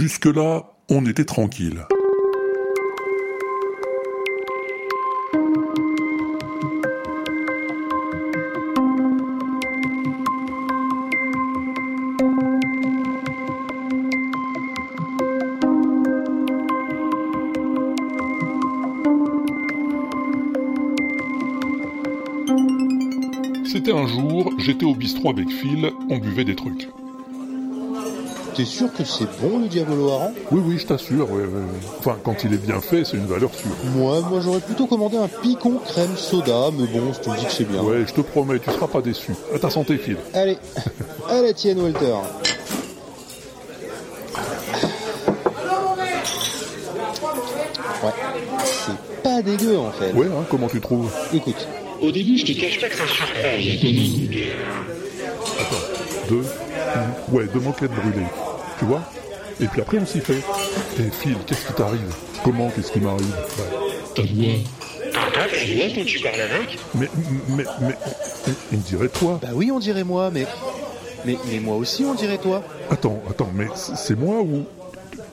Jusque-là, on était tranquille. C'était un jour, j'étais au bistrot avec Phil, on buvait des trucs. T'es sûr que c'est bon le Diabolo Haran Oui, oui, je t'assure, ouais, ouais, ouais. Enfin, quand il est bien fait, c'est une valeur sûre. Moi, moi j'aurais plutôt commandé un picon crème soda, mais bon, si tu me dis que c'est bien. Ouais, je te promets, tu seras pas déçu. À ta santé, Phil. Allez, à la tienne, Walter. Ouais, c'est pas dégueu en fait. Ouais, hein, comment tu trouves Écoute, Au début, je te cache pas que ça surprend, il y a Tommy. Attends, deux, une- ouais, deux moquettes brûlées. Tu vois Et puis après, on s'y fait. Et Phil, qu'est-ce qui t'arrive Comment, qu'est-ce qui m'arrive Ouais. Ta voix. T'entends ta voix quand tu parles avec Mais, mais, mais, on dirait toi. bah oui, on dirait moi, mais. Mais, mais moi aussi, on dirait toi. Attends, attends, mais c'est c'est moi ou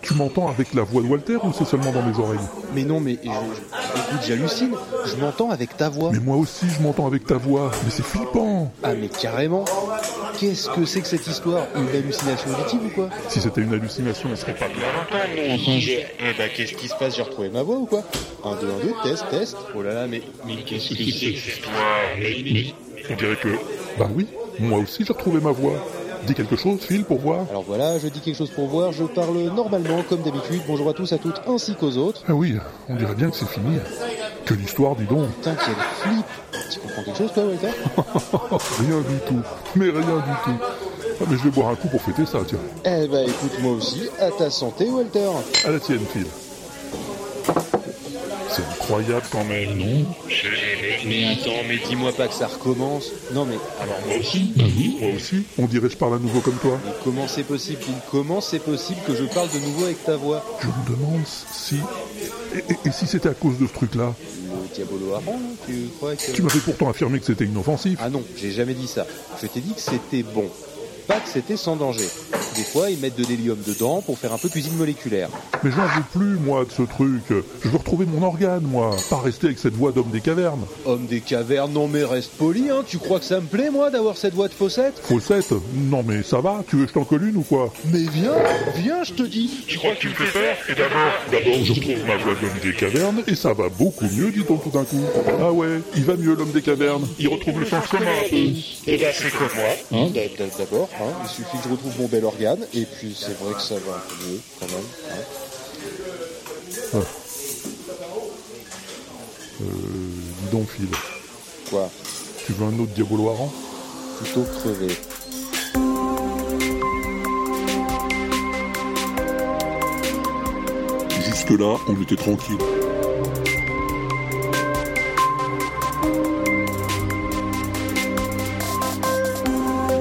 tu m'entends avec la voix de Walter ou c'est seulement dans mes oreilles Mais non, mais je- je- écoute, j'hallucine. Je m'entends avec ta voix. Mais moi aussi, je m'entends avec ta voix. Mais c'est flippant. Ah, mais carrément. Qu'est-ce que c'est que cette histoire Une hallucination auditive ou quoi Si c'était une hallucination, on serait pas là. T'entends, non, enfin, je... Eh bah, qu'est-ce qui se passe J'ai retrouvé ma voix ou quoi 1, 2, 1, 2, test, test. Oh là là, mais. Mais qu'est-ce que c'est que cette histoire Mais- mais- On dirait que. Bah oui, moi aussi j'ai retrouvé ma voix. Dis quelque chose, Phil, pour voir. Alors voilà, je dis quelque chose pour voir, je parle normalement comme d'habitude. Bonjour à tous, à toutes, ainsi qu'aux autres. Ah oui, on dirait bien que c'est fini. Que l'histoire, dis donc. Putain, quelle flip Tu comprends quelque chose, toi, Walter rien du tout. Mais rien du tout. Ah, mais je vais boire un coup pour fêter ça, tiens. Eh bah, écoute, moi aussi, à ta santé, Walter À la tienne, Phil. C'est incroyable quand même, non Je l'ai Mais aimé. attends, mais dis-moi pas que ça recommence. Non, mais alors, Moi aussi Bah oui, Moi aussi On dirait que je parle à nouveau comme toi. mais comment c'est possible Phil Comment c'est possible que je parle de nouveau avec ta voix Je me demande si. Et, et- et si c'était à cause de ce truc-là Le diabolo Aran, tu crois que. Tu m'avais pourtant affirmé que c'était inoffensif. Ah non, j'ai jamais dit ça. Je t'ai dit que c'était bon. Pas que c'était sans danger. Des fois, ils mettent de l'hélium dedans pour faire un peu cuisine moléculaire. Mais j'en veux plus, moi, de ce truc. Je veux retrouver mon organe, moi. Pas rester avec cette voix d'homme des cavernes. Homme des cavernes, non mais reste poli, hein. Tu crois que ça me plaît, moi, d'avoir cette voix de faussette Faussette Non mais ça va, tu veux que je t'en colle une ou quoi Mais viens, viens, je te dis. Tu crois que tu me fais peur Et d'abord, D'abord je retrouve ma voix de l'homme des cavernes et ça va beaucoup mieux, dit-on tout d'un coup. Ah ouais, il va mieux l'homme des cavernes, il retrouve le sens commun un peu. Et bah, c'est comme moi. Bah, D- d- D'abord, hein, il suffit que je retrouve mon bel organe, et puis c'est vrai que ça va un peu mieux, quand même. hein. Euh, dis donc Phil, Quoi tu veux un autre diabolo Aran Plutôt crever. Jusque-là, on était tranquille.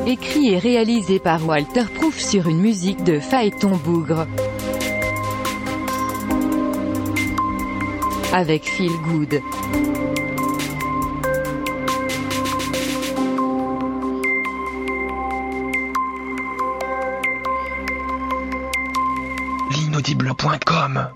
Écrit et réalisé par Walter Proof sur une musique de Phaéton Bougre. Avec Phil Good. l'inaudible.com.